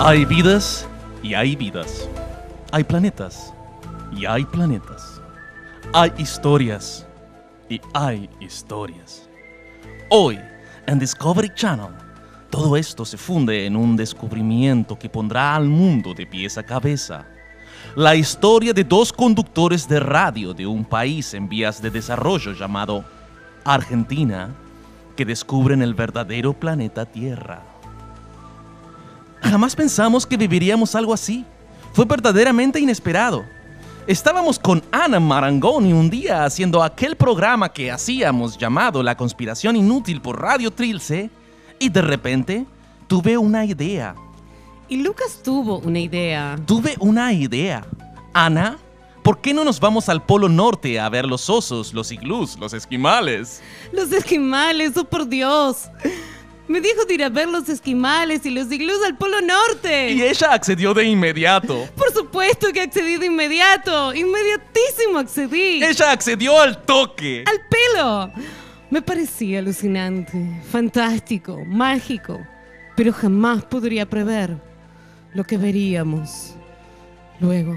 Hay vidas y hay vidas. Hay planetas y hay planetas. Hay historias y hay historias. Hoy, en Discovery Channel, todo esto se funde en un descubrimiento que pondrá al mundo de pies a cabeza. La historia de dos conductores de radio de un país en vías de desarrollo llamado Argentina que descubren el verdadero planeta Tierra. Jamás pensamos que viviríamos algo así. Fue verdaderamente inesperado. Estábamos con Ana Marangoni un día haciendo aquel programa que hacíamos llamado La Conspiración Inútil por Radio Trilce y de repente tuve una idea. Y Lucas tuvo una idea. Tuve una idea. Ana, ¿por qué no nos vamos al Polo Norte a ver los osos, los iglús, los esquimales? Los esquimales, oh por Dios. Me dijo de ir a ver los esquimales y los iglús al Polo Norte. Y ella accedió de inmediato. Por supuesto que accedí de inmediato. Inmediatísimo accedí. Ella accedió al toque. Al pelo. Me parecía alucinante, fantástico, mágico. Pero jamás podría prever lo que veríamos luego.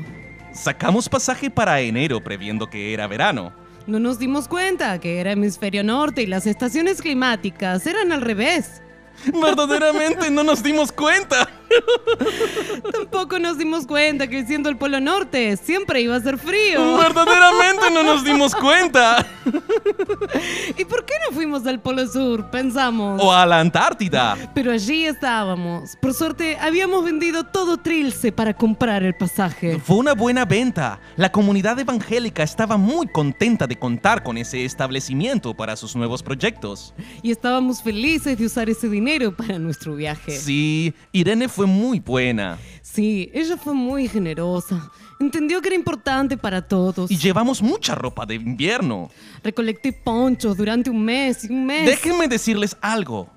Sacamos pasaje para enero previendo que era verano. No nos dimos cuenta que era hemisferio norte y las estaciones climáticas eran al revés. Verdaderamente no nos dimos cuenta. Tampoco nos dimos cuenta que siendo el polo norte siempre iba a ser frío. Verdaderamente no nos dimos cuenta. ¿Y por qué no fuimos al polo sur? Pensamos. O a la Antártida. Pero allí estábamos. Por suerte, habíamos vendido todo Trilce para comprar el pasaje. Fue una buena venta. La comunidad evangélica estaba muy contenta de contar con ese establecimiento para sus nuevos proyectos. Y estábamos felices de usar ese dinero para nuestro viaje. Sí, Irene fue muy buena. Sí, ella fue muy generosa. Entendió que era importante para todos. Y llevamos mucha ropa de invierno. Recolecté ponchos durante un mes y un mes. Déjenme decirles algo.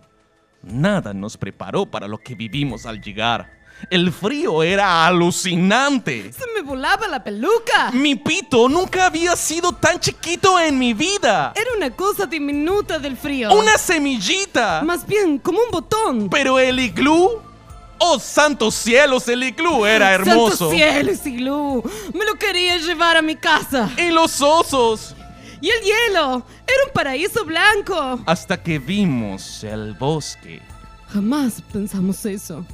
Nada nos preparó para lo que vivimos al llegar. El frío era alucinante. Se me volaba la peluca. Mi pito nunca había sido tan chiquito en mi vida. Era una cosa diminuta del frío. Una semillita. Más bien, como un botón. Pero el iglú... ¡Oh, santos cielos! El iglú era hermoso. ¡Santo cielo, Siglú! Me lo quería llevar a mi casa. Y los osos. Y el hielo. Era un paraíso blanco. Hasta que vimos el bosque. Jamás pensamos eso.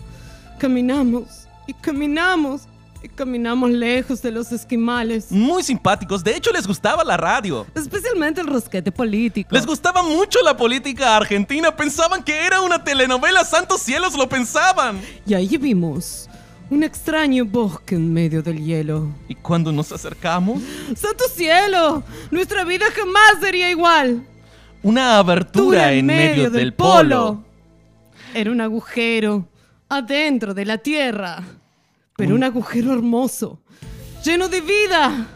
Caminamos y caminamos y caminamos lejos de los esquimales. Muy simpáticos. De hecho, les gustaba la radio. Especialmente el rosquete político. Les gustaba mucho la política argentina. Pensaban que era una telenovela. Santos cielos, lo pensaban. y ahí vimos un extraño bosque en medio del hielo. Y cuando nos acercamos, ¡Santo cielo! Nuestra vida jamás sería igual. una abertura en medio del, polo. Era un agujero adentro de la tierra. Pero un agujero hermoso, lleno de vida.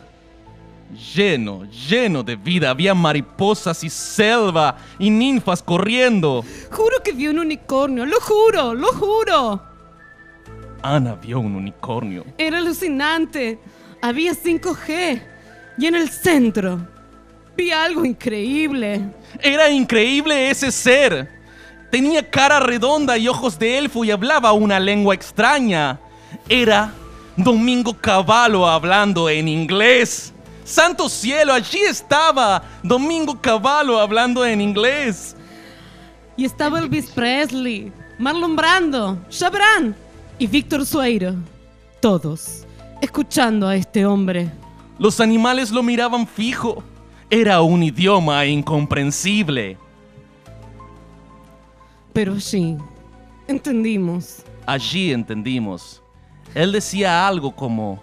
Lleno, lleno de vida. Había mariposas y selva y ninfas corriendo. Juro que vi un unicornio, lo juro, lo juro. Ana vio un unicornio. Era alucinante. Había 5G. Y en el centro vi algo increíble. Era increíble ese ser. Tenía cara redonda y ojos de elfo y hablaba una lengua extraña. Era Domingo Cavallo hablando en inglés. Santo cielo, allí estaba Domingo Cavallo hablando en inglés. Y estaba Elvis Presley, Marlon Brando, Chabran y Víctor Sueiro. Todos escuchando a este hombre. Los animales lo miraban fijo. Era un idioma incomprensible. Pero sí, entendimos. Allí entendimos. Él decía algo como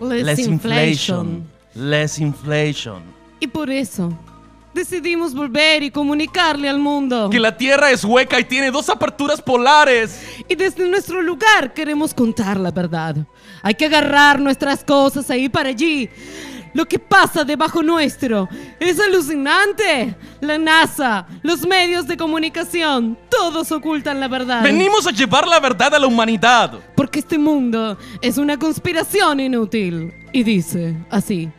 less inflation, less inflation. Y por eso decidimos volver y comunicarle al mundo. Que la Tierra es hueca y tiene dos aperturas polares. Y desde nuestro lugar queremos contar la verdad. Hay que agarrar nuestras cosas ahí para allí. Lo que pasa debajo nuestro es alucinante. La NASA, los medios de comunicación, todos ocultan la verdad. Venimos a llevar la verdad a la humanidad. Porque este mundo es una conspiración inútil. Y dice así.